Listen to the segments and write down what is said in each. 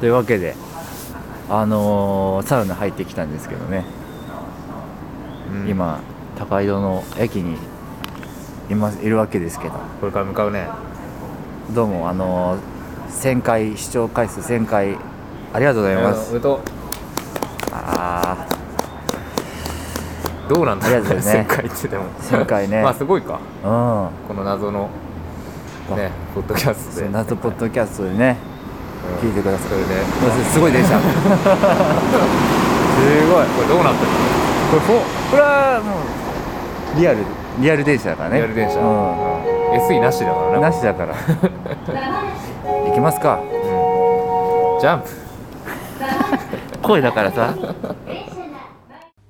というわけで、あのーサウナ入ってきたんですけどね、うん今高井戸の駅にいますいるわけですけどこれから向かうねどうもあのー1000回視聴回数1000回ありがとうございまおすめでとあうどうなんだろうありがとうね1000回ってでも1000回ね まあすごいかあこの謎のうんねポッドキャストそうで謎ポッドキャストでねうん聞いてくださいそれですごい電車すごいこれどうなったのこれフォ これはもうリアルリアル電車だからねリアル電車、ううん SE なしだからん、ねなしだ から行きますかジャンプ声だからさ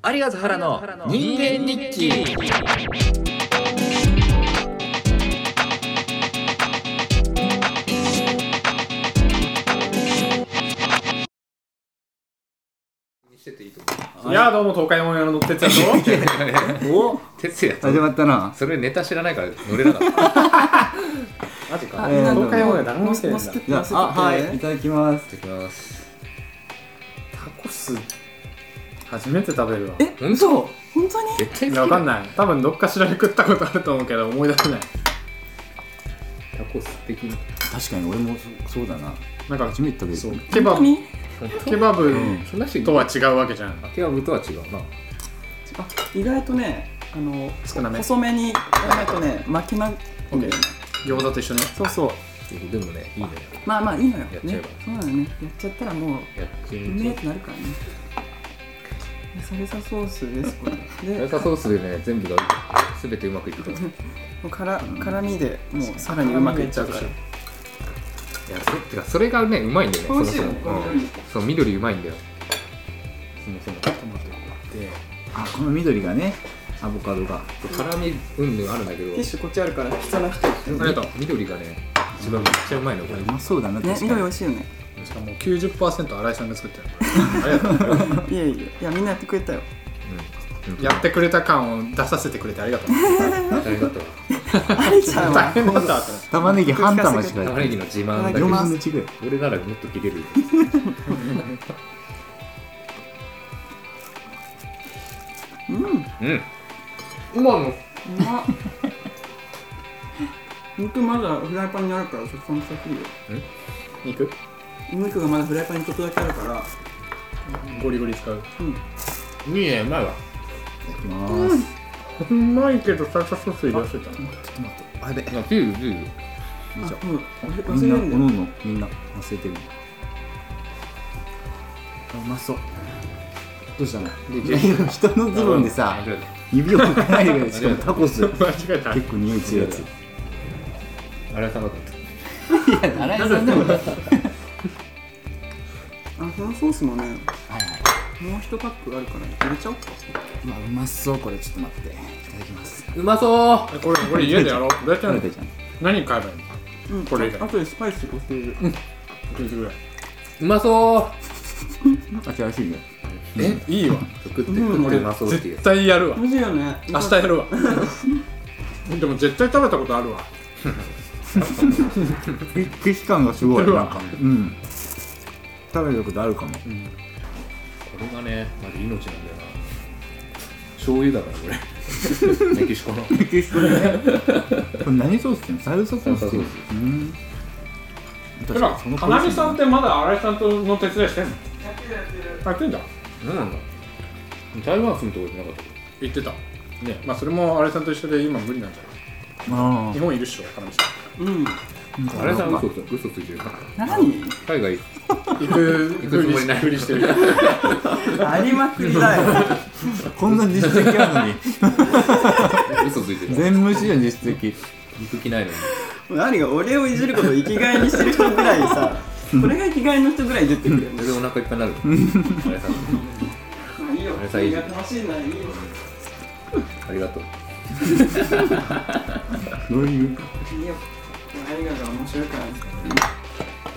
ありがとう原の人間日記いやどうも東海モン屋の哲也 とお哲 也始まったなそれネタ知らないから乗れなかった マジかいえー東海モン屋誰も見てないんだじゃああはいいただきますただきますタコス初めて食べるわえ本当本当に絶対いやわ好きかんなない多分どっかしらで食ったことあると思うけど思い出せないタコス的な確かに俺もそそうだななんか初めて食べるそううケバ本当ブにケバブそんな人とは違うわけじゃんケバブとは違うなあ意外とねあの少なめ細めにやらないとね巻きなオッケー餃子と一緒ねそうそうでもねいいねまあまあいいのよやっちゃえねばそうなのねやっちゃったらもうやっちうめえってなるからねでサルサソースですこれサでルサソースでね全部がすべてうまくいってたいもうから辛みでもうさらにうまくいっちゃうからやそてかそれがねうまいんだよね美味しいよそもそもこのう緑んそう緑うまいんだよそもそもあこの緑がねアボカドが辛みうんぬんあるんだけどティッシュこっちあるから必要な人でもありがと緑がね一番めっちゃうまいのこれうまそうだなね確緑美か味しいよねしかも90%新井さんが作ってるからありがとういやいやいやみんなやってくれたよやってくれた感を出させてくれてありがとうありがとうありちゃん大は変だったってに玉ねぎ半玉しか玉入ねっぎてのない自慢だけ4ど分の1ぐらい俺ならもっと切れるうん うんうまいのうまっ肉まだフライパンにあるからそこの先よ肉お肉がまだフライパンにちょっとだけあるからゴリゴリ使ううんいいねうまいわますうまいけどサルサソース入れ忘れたあれチーズチーズあじゃうんみ忘んれなるおんのだよおのみんな忘れてるあうまそうどうしたの人のズボンでさありがと指を置かないでくれしかもタコス間違えた結構匂い強いやつうあれさまだっ新た井さんでもあこのソースもねもう一パックあるから入れちゃおうかうわうまそうこれちょっと待っていただきますうまそうえこれこれ家でやろうどうやってや食るのべたじゃん何買えばいいのうんこれ以外あとでスパイス教える1日ぐらいうまそう新しいねえいいわ作ってうんこれうまそうっていう絶対やるわ美味しいよね明日やるわでも絶対食べたことあるわえ景色感がすごいやってるなわんかうん食べたことあるかもこれがねまず命なんだよな醤油だからこ れメキシコの景色ねこれ何ソースっていうのサルサソースっていうのサルサうソんほ確らかにかなみさんっんてまだ新井さんとの手伝いしてんのやってるやってるやってんだ何なんだ台湾住むとこ行ってなかったっ言ってたけねまあそれも新井さんと一緒で今無理なんじゃないあ日本いるっしょかなみさんうんああれさん嘘つ嘘ついてる何海外行く行くふつもりないりしてるありまくりだよこんな実績あるのに 嘘ついてる全無視じゃん実績行く気ないのに何が俺をいじることを生きがいにしてる人ぐらいさこれが生きがいの人ぐらい出てくるよそねれでお腹いっぱいになるあれさんいいよあれさいい君が楽しいならいいよありがとうどういういいよ映画が面白いからね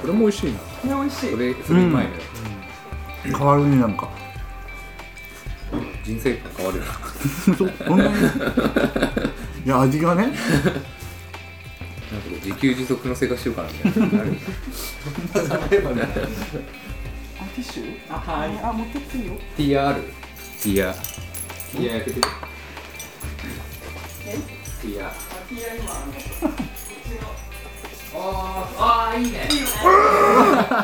これも美味しいなこれ美味しいそれそれうまいのよ変わるねなんか人生観変わるよなそうこんなにいや味がね んかこう自給自足の生活しようかなみたいななるよなあティッシュあはいあ持ってきていいよ TR ティア TR 開けてえ TR あティア今あのうちのああいいねいいよね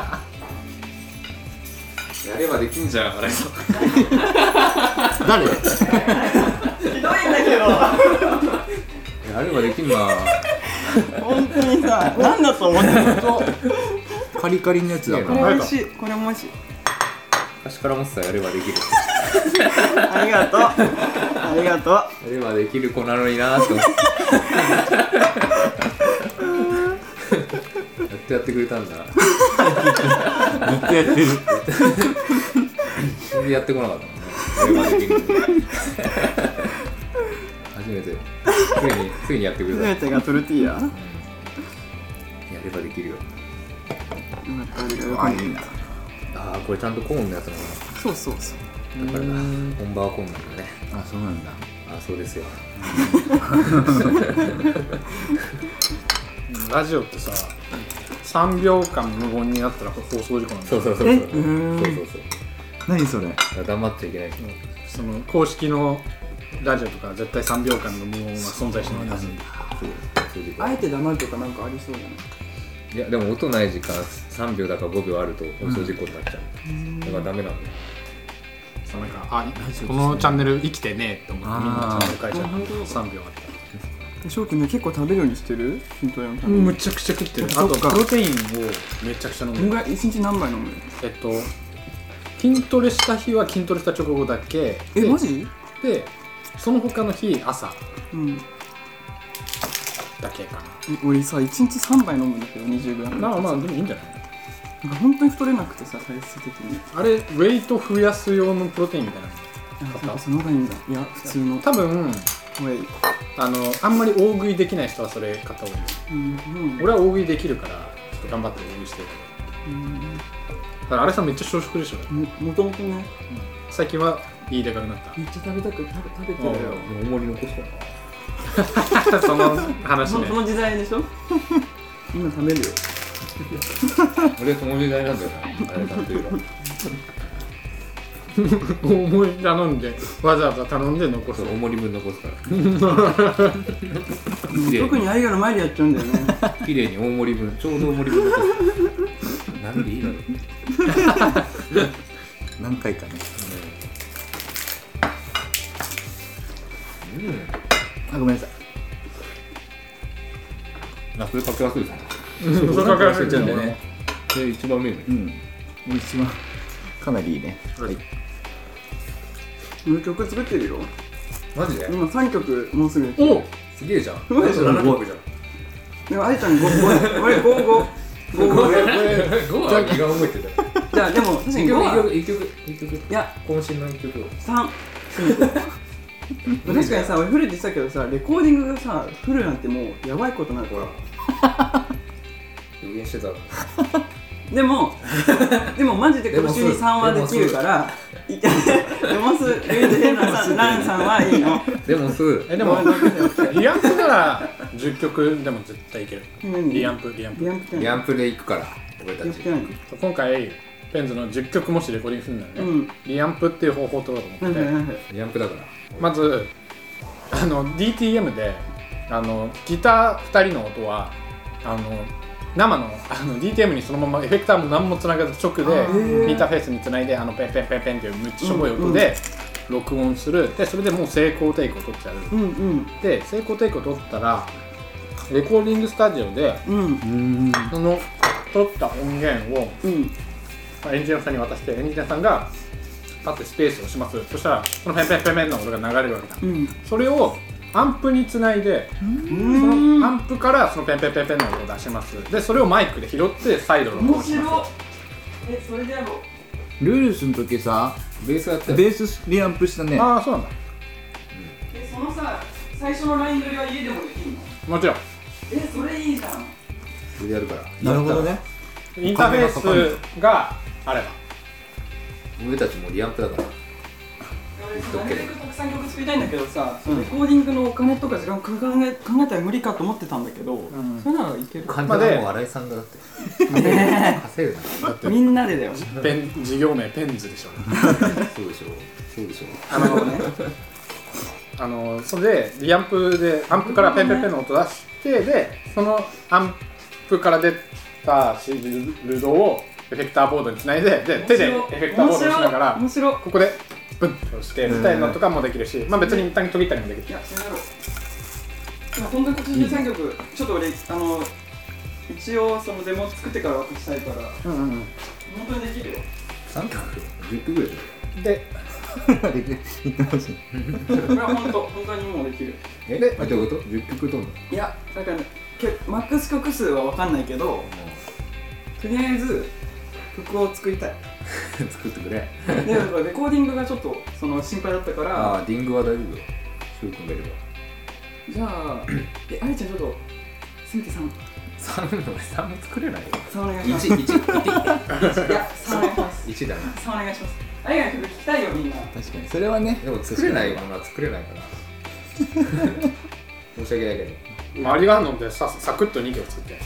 やればできんじゃんあれ さ 誰ひどいんだやればできんなけど本当にさ何だと思ってるカリカリのやつだこかられ美味しいこれも美味しい昔から思ってたやればできるありがとうありがとうやればできる子なのになー って思ってやっとやってくれたんだなずっとやってる全然やってこなかったもんねやればできるのに初めてついについにやってくれた、全てがトルティーヤよかやればできるよったありがとういなああこれちゃんとコーンのやつなのかそうそうそうなだからな本場はコーンなんだねあそうなんだああそうですよラジオってさ3秒間無言になったら放送事故なんだそうよそうそうそうそうそうそう何それだから黙っちゃいけないその公式のラジオとか絶対3秒間の無言は存在しないはずそういうことあえて黙るとかなんかありそうだねいやでも音ない時間3秒だか5秒あると放送事故になっちゃう、だからダメなんだよそうなんかあこのチャンネル生きてねえって思ってみんなチャンネル変えあー本当だちゃう3秒あって翔くんね結構食べるようにしてる筋トレのためにむちゃくちゃ食ってるあそっとかプロテインをめちゃくちゃ飲どんむぐらい一日何杯飲むえっと筋トレした日は筋トレした直後だけえでマジでその他の日朝うんだけか俺さ一日3杯飲むんだけど 20g なまあまあでもいいんじゃないなんか本当に太れなくてさ体質的にあれウェイト増やす用のプロテインみたいなのあその方がいいんだいや普通の多分おいあのあんまり大食いできない人はそれ買った方がいいうんうん俺は大食いできるからちょっと頑張って大食いしてるけどだからあれさんめっちゃ小食でしょももともとね最近はいいでかくなっめっちゃ食べたく食べ食べておうるよもう重り残したなた その話そ ねその時代でしょ今食べるよ俺その時代なんだよなあれなんていうか思い頼んでわざわざ頼んで残すそう重り分残す からうん特にアイガの前でやっちゃうんだよね綺麗に大盛り分ちょうど大盛り分残すなんでいいだろう何回かねうんあごめんなさいあそれかけ忘れたなそれからしてんだよねそれ一番目ねうんもう一番かなりいいねはい俺曲作ってるよマジで今3曲もうすぐやってるおすげえじゃんごい大丈夫7曲じゃんでもアイちゃん5 5俺55 55 5は気が覚えてたじゃあでも確かに一5は曲一曲一曲一曲いや渾身の一曲を3確かにさ俺フルって言ってたけどさレコーディングがさフルなんてもうやばいことになるほら予言してたわでもでもマジで今週に3はできるからいけでもすユイズヘナさんランさんはいいのでもすえでもごめんなさいリアンプなら10曲でも絶対いける何リアンプリアンプリアンプってリ何アンプで行くから俺たリアンちプって何そう今回ペンズの10曲もしレコーディングするんだよね、うんリアンプっていう方法を取ろうとな思んって、かなんかリアンプだからまずあの DTM であのギター2人の音はあの生のあの DTM にそのままエフェクターも何もつながず直でーインターフェースにつないであのペンペンペンペンっていうむっちゃしょぼい音で録音する、でそれでもう成功テイクを取っちゃううんうんで成功テイクを取ったらレコーディングスタジオでうんその取った音源をうんまあエンジニアさんに渡してエンジニアさんがパッてスペースを押しますそしたらそのペンペンペンペンの音が流れるわけだうんそれをアンプにつないでそのアンプからそのペンペンペンペンの音を出しますでそれをマイクで拾って再度録音しまいえそれでやろうルールスの時さベースやってベたよースリアンプしたねすああそうなんだえそのさ最初のライン取りは家でもできるのもちろんえそれいいじゃんそれでやるからなるほどねインターフェースがあれば俺たちもリアンプだから俺俺なるべくたくさん曲作りたいんだけどさ、レコーディングのお金とか時間考え考えたら無理かと思ってたんだけど、んそれならいける感まあで新井さんがだってね稼ぐなえ みんなでだよペン事業名ペンズでしょそうでしょうそうでしょうあのあのそれでリアンプでアンプからペンペンペンの音出してでそのアンプから出たシールドをエフェクターボードにつないでで手でエフェクターボードにしながら面白い面白いここでブンと押してみたいなのとかもできるし、まあ、別に一旦途切ったりもできるいやそれやろうでも本当に今年3曲、ちょっと俺あの一応そのデモ作ってから渡したいから本うんうん当にできるよ3曲10曲ぐらいじゃないうんでこれは本当本当にもうできるえであどういうこと ?10 曲とんのいやだから、ね、けマックス曲数は分かんないけどとりあえず曲を作りたい 作ってくれでだからレコーディングがちょっとその心配だったからああディングは大丈夫よ翔くんがいればじゃあえあれちゃんちょっとせめて3 3俺3も作れないよ3お願いします1いや3お願いします1だな3お願いしますあれが曲聞きたいよみんな確かにそれはねでも作れないものは作れないから 申し訳ないけど周りがあるのでさサクッと2曲作って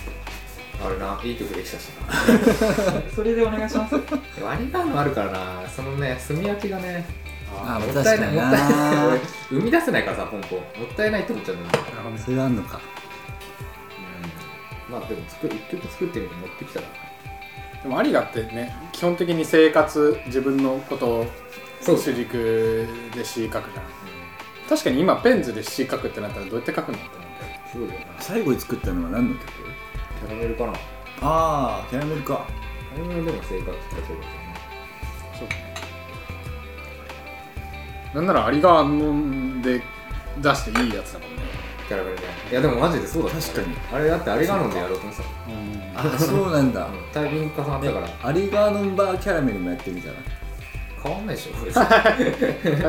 あるないい曲できたしなそれでお願いします割り勘もあるからなそのね炭焼きがねあもーったいない確もかっになたいない 俺生み出せないからさポンポンもったいないって思っちゃうんだよねそれはあんのかうんまあでも作る一曲作ってみて持ってきたらでもアリがってね基本的に生活自分のことをそう主軸で詩書くじゃん確かに今ペンズで詩書くってなったらどうやって書くのってそ思ってうだよな最後に作ったのは何の曲キャラメルかなああキャラメルかキャラメルでも生活ってそうですよねなんならアリがあので出していいやつだもんねキャラメルねいやでもマジでそうだったね確かにあれだってあれがあるんでやろうと思ってたあーそうなんだうんタイミング重なったからアリガーノンバーキャラメルもやってみたら変わんないでしょこれ大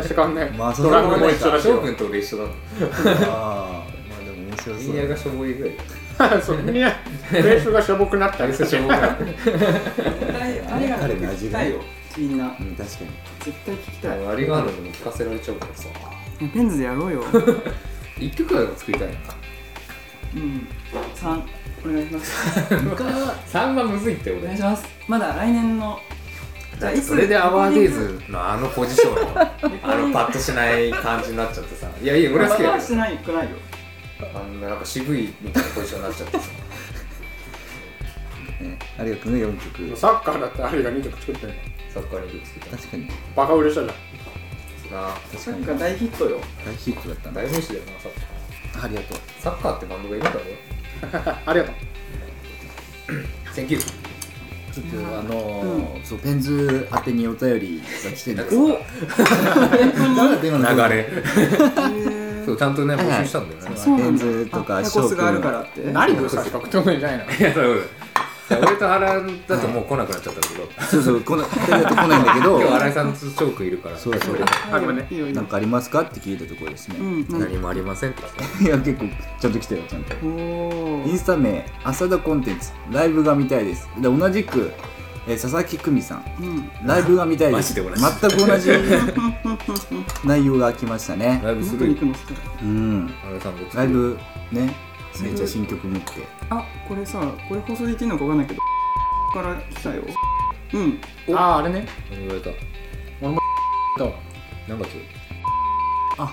して変わんないまあそドれはラムも一緒だし翔くんと俺一緒だもん ああまあでも面白ジュニアがしょぼいぐらいだったそうみんなベースがしょぼくなったあれりすがるしょぼくなって絶対あれが曲聞きたいよみんなうん確かに絶対聞きたいあれがあるのに聞かせられちゃうからさペンズでやろうよ一曲だけ作りたいなうん3お願いします3はむずいってお願い俺しますまだ来年のじゃあいつそれでアワーデイレコーズのあのポジション のディングあのパッとしない感じになっちゃってさいやいや俺は好きだバよカしてないくないよあんななんか渋いみたいなポジションになっちゃってさねアリガくんが4曲サッカーだってアリが2曲作ってるのサッカーに曲作ったんで確かにバカ売れしたじゃんすな確サかッにカー大ヒットよ大ヒットだったんだ大名詞だよなサッカありがとうーサッカーってバンドがいるんだろありがとうセンキュちょっとあのーそうペンズ宛てにお便りが来てるんだけどお なんだって今のー流れそそうちゃんとねはいはい募集したんだよねそうそうなんだレンズとかあタショーコ君スがあるからって何がさ書くってことじゃないのいやそういうこといや俺と原だともう来なくなっちゃったけどそうそうこの二人だと来ないんだけど今日新井さんとチョークいるからそうそう あごめんねいいよいいなよんかありますかって聞いたところですね、うんなんか何もありませんって言っていや結構ちゃんと来たよちゃんとおおインスタ名浅田コンテンツライブが見たいですで同じく、えー佐々木久美さんうんライブが見たいですマジで同じ全く同じ 内容が来ましたねライブす本当るによ行くの好きだうん原さんも作るライブねすごめいっちゃ新曲持ってあこれさこれ放送で言っていいのかわかんないけどから来たようんあああれね何言われたどう何月あ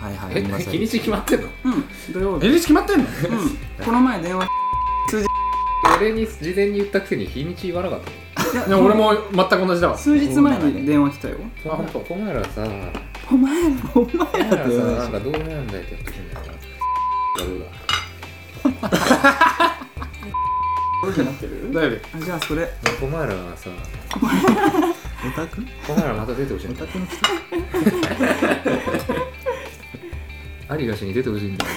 はいはいえ見ました日にち決まってんのうん土曜日え日決まってんのうんこの前電話俺に事前に言ったくせに日にち言わなかったのでも俺も全く同じだわ数日前に電話来たよあ本当お前らさお前らお前お前ら言さわないでしょなんかどうなんだよって言ってんだよなどうだどういうふうになってるだよねあじゃあそれお前らはさオタクお前らまた出てほしいオんタだよクの人ありがしに出てほしいんだよ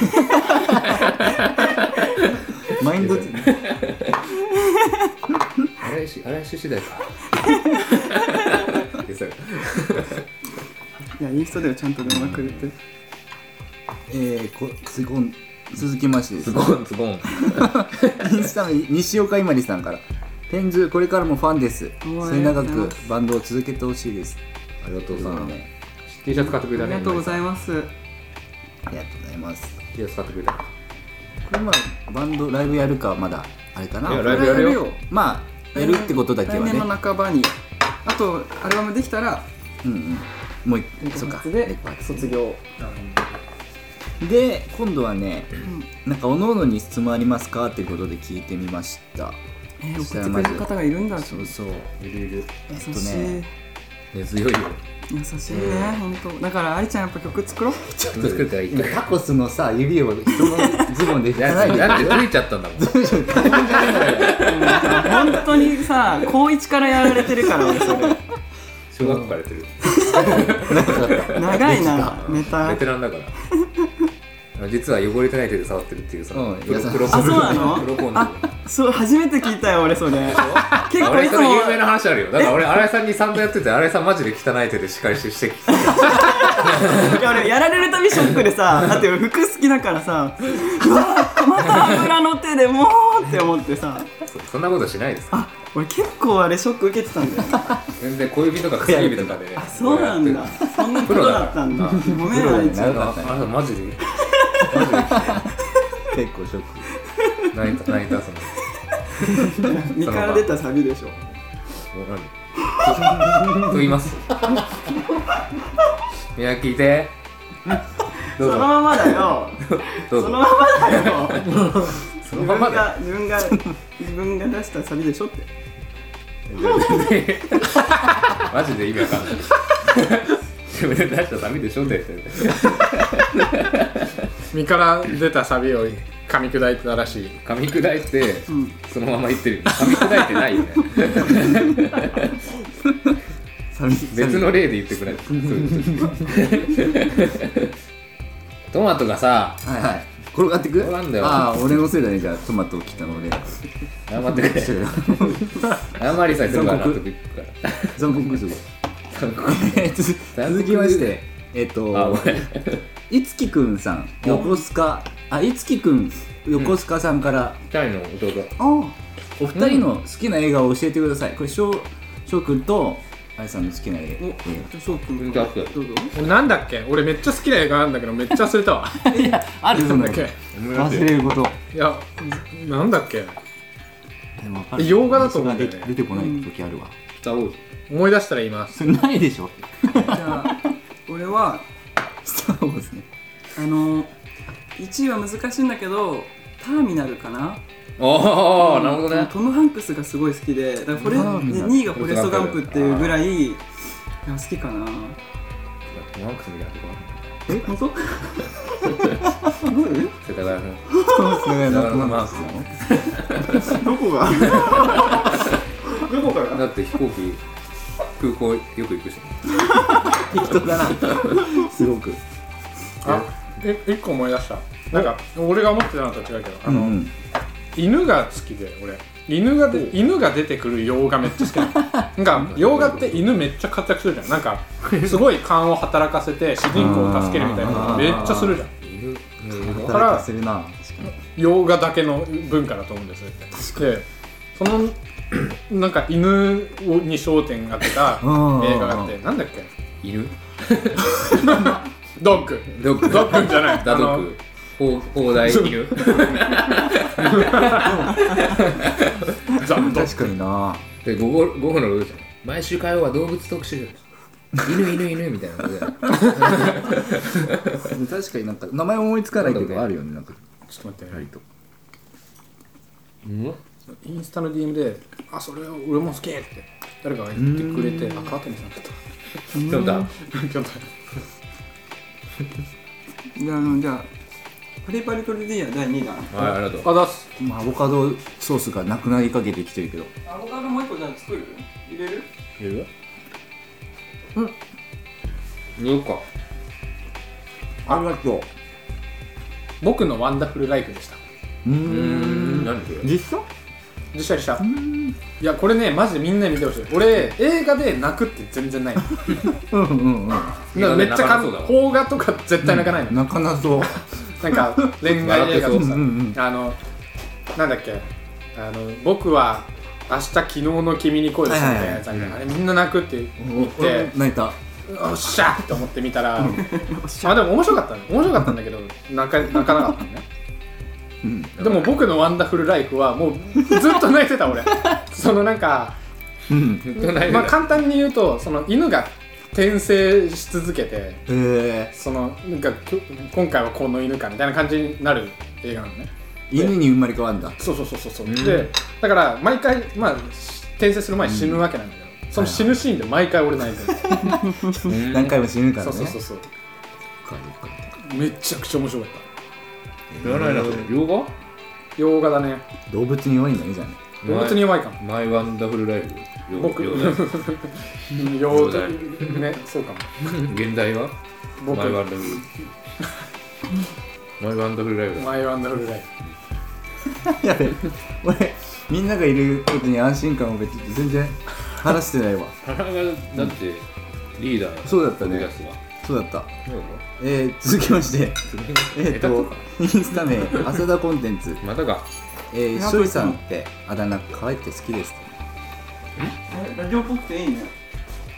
マインドって荒井し荒井氏次第かでさいやいい人だよちゃんと電話くれてえー、こすごん続きましてですズねボンズボンインスタの西岡いまりさんからペンズこれからもファンですうわ末永ありがとうございくバンドを続けてほしいですありがとうというさことんで知っね T シャツ買ってくれあたりねがとうございまますありがとうございますす T シャツ買ってくれたねこれまあバンドライブやるかまだあれかないやライブやるよまあやるってことだけはね来年の半ばにあとアルバムできたらうんうんもうレコそっか発でレコ発卒業で今度はね、なんかおのおのに質問ありますかってことで聞いてみましたえー送ってくれる方がいるんだそうそうゆるゆるえっと優しねい根強いよ優しいね本当だから愛ちゃんやっぱ曲作ろうちょっと作ったらいい今かタコスのさ指を人のズボンで引かないでだってずれちゃったんだもん本当にさ高一からやられてるから俺それ小学校からやってる長いなネタベテランだから 実は汚れてない手で触ってるっていうさ、うんプロ優しいプロあそうなのプロコンドあそう初めて聞いたよ俺それ結構俺いつそれも有名な話あるよだから俺新井さんに散々やってて新井さんマジで汚い手で仕返し してきていや俺やられるたびショックでさだって服好きだからさうわまた油の手でもうって思ってさそそんなことしないですあ俺結構あれショック受けてたんだよ全然小指とか薬指とかでねそうなんだそんなことだったんだごめんプロだ愛ねちゃんああなたマジで結構ショック泣いた泣いたその身から出たサビでしょもう何と言い ますみんな聞いてどそうのぞままだよどうそのぞままだよそのままだ自分が自分が自分が出したサビでしょって マジで意味わかんない 自分で出したサビでしょって言って身から出たサビを噛み砕いたらしい噛み砕いて、んそのまま言ってるよね噛み砕いてないよね別の例で言ってくれそういう時トマトがさはいはい転がってく転がんだよああ俺のせいだねじゃあトマトを切ったの 俺謝ってくれ謝りさえすれば納得いくから残酷ですよ 続きましてえっあとごめんいつきくんさんお横須賀あいつきくん横須賀さんから、二人の弟あお二人の好きな映画を教えてください、これしょうしょうくんとあやさんの好きな映おじゃあ翔くんじゃどあ翔うぞ俺なんだっけ俺めっちゃ好きな映画なんだけどめっちゃ忘れたわ画 いやあるなんだっけ思い忘出せよれることいやなんだっけでも分か洋画だと思うんだ出よねて出てこない時あるわ、スター・ウォーズ思い出したら言いますそれないでしょじゃあ俺はスター・ウォーズねあの1位は難しいんだけどターミナルかなああなるほどねトム・ハンクスがすごい好きでだからフォレターミナル2位がフォレスト・ガンプっていうぐらいいや好きかなマンクスみたいなとこえ本当世田谷のそれながくなるなどこがどこからだって飛行機空港よく行くし適当だなすごくあえ一個思い出したなんか俺が思ってたのと違うけどああの、の、犬が好きで俺犬がで犬が出てくる洋画めっちゃ好きなのなんか洋画って犬めっちゃ活躍するじゃんなんかすごい勘を働かせて主人公を助けるみたいなことめっちゃするじゃん犬働だかからするな確かに洋画だけの文化だと思うんですでその なんか犬をに焦点が当てたうん映画があってなんだっけ犬ドッグドッグドッグじゃない ダドッグ砲砲 台犬あのザ・ドッグ確かになで午後午後のルールじゃん毎週火曜は動物特集犬犬犬みたいなので確かになんか名前思いつかないけなんだどろうねあるよねなんかちょっと待って、割とうんインスタの DM で「あそれ俺も好き!」って誰かが言ってくれてあ川谷さんだったちょっとちょっとじゃああのじゃあパリパリトルディア第2弾はいありがとうあ出すまあアボカドソースがなくなりかけてきてるけどアボカドもう一個じゃあ作る入れる寝るうん寝ようかありがと僕のワンダフルライフでしたうううーんん何それ実写実写でしたいやこれねマジでみんなに見てほしい俺映画で泣くって全然ないのうんうんうんなんかめっち泣ゃ感かなそうだわ邦画とか絶対泣かないの、なかなそうなんか 恋愛映画とかさ、うんうんあのなんだっけあの僕は明日昨日の君に恋をしたみたいなやつあるじゃんあれみんな泣くって言って、泣いたおっしゃって思ってみたらあでも面白かったね面白かったんだけど泣か泣かなかったねでも僕のワンダフルライフはもうずっと泣いてた 俺そのなんかうんずっと泣いてまあた簡単に言うとその犬が転生し続けてへえそのなんかきょ今回はこの犬かみたいな感じになる映画なのね犬に生まれ変わるんだそうそうそうそうそう、うんでだから毎回まあ転生する前に死ぬわけなんだけど、その死ぬシーンで毎回俺泣いてる、うん何回も死ぬからそねうそうそうそうそっかそっかめちゃくちゃ面白かった占いなくて両方洋画だね動物に弱いんだねじゃあね動物に弱いかもマイワンダフルライフよ僕よだ洋だ画よねそうかも現代は僕マイワンダフルマイワンダフルライフだマイワンダフルライ やべ俺みんながいることに安心感を別に全然話してないわ原がだってリーダーそうだったねポッドキャストはそうだったそうだえー、続きましてえっ、ネとインスタ名 浅田コンテンツろまたかえー、しょいさんってあだ名可愛くて好きですえラジオっぽくていいね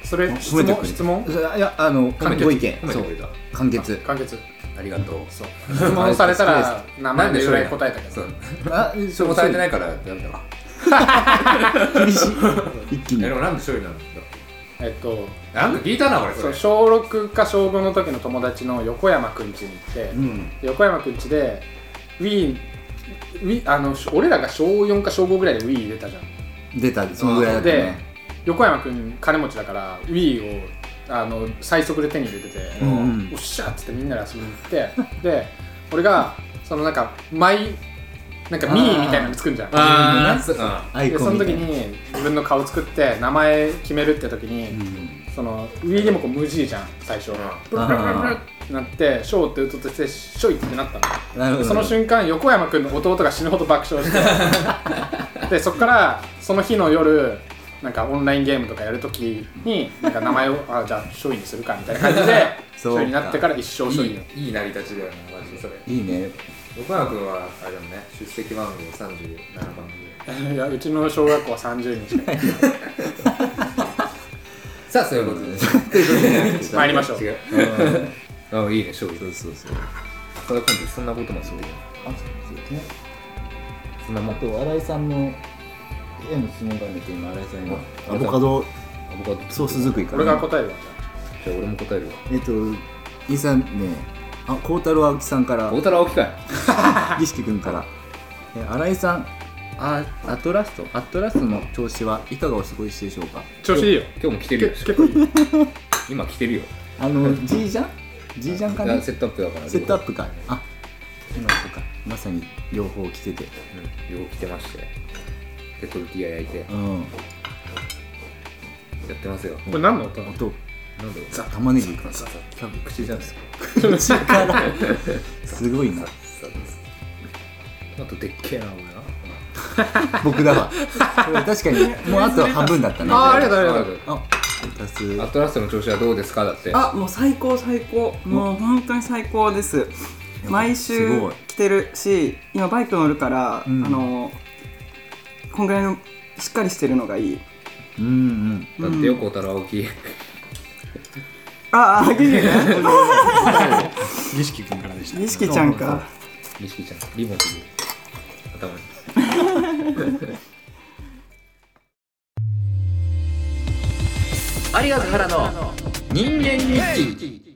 ブそれ質褒めてく問れ質問それいやあの褒めてご意見褒めそうてくれた完結完結ありがとうそう質問されたら名前で由来なんでしょうね答えたけどそう あ質問されてないいからダメだわ厳しい 一気えにでもなんでしょうなんだえっとなんか聞いたな俺そそうれ小6か小5の時の友達の横山くん家に行って、うん横山くん家で Wii, Wii あの俺らが小4か小5ぐらいで Wii 入れたじゃん出たそのぐらいだったでね横山くん金持ちだから Wii をあの最速で手に入れてて、うんうんおっしゃっつってみんなで遊びに行ってで俺がそのなんかマイなんかミーみたいなの作るじゃんああそうかアイでコそンのみ時たいなに自分の顔作って名前決めるって時に、その Wii リモコン無字じゃん最初、ブルブルブルブルってなって「ショー」って打つとして「ショイ」ってなったのうんなるほどその瞬間横山君の弟が死ぬほど爆笑してでそっからその日の夜なんかオンラインゲームとかやるときになんか名前をあじゃあ書院にするかみたいな感じでそう書か院になってから一生書い院をいいい成り立ちだよなマジでそれいいね横山君はあれだもんね出席番号37番組いやうちの小学校は30人しかいないさあそういうこと で参りましょう違うああいいね勝利そうそうそうただ今度そんなこともそうだよあそうですねそんなもんあと新井さんの絵の質問が出て今新井さんにアボカドアボカドソース作りか俺らがね答えるわじゃあ俺も答えるわえっとインスタ名あ孝太郎青木さんから大太郎青木かい儀式君からえ新井さんあアトラストアトラストの調子はいかがお過ごしでしょうか調子いいよ今日も来て るよ結構いいよ今来てるよあの G じゃん ?G じゃんかいねやセットアップだからセットアップかあ今そうかまさに両方着ててうんよく来てましてでトルティア焼いてやうんってますよこれ何の音なの音なんだろうザ玉ねぎからさキャベ口じゃないですか口からすごいなあとでっけえな俺な僕だわ確かにもうあと半分だったねあーありがとうありがとうあ足すアトラストの調子はどうですかだってあもう最高最高もう本当に最高です毎す週ごい来てるし今バイク乗るから、うんあのこんぐらいのしっかりしてるのがいいうんうんだってよ、孝太郎青木ああ、ギリ ね。儀式君からでし儀式ちゃんか。錦ちゃんリボンする頭に有賀原の人間日記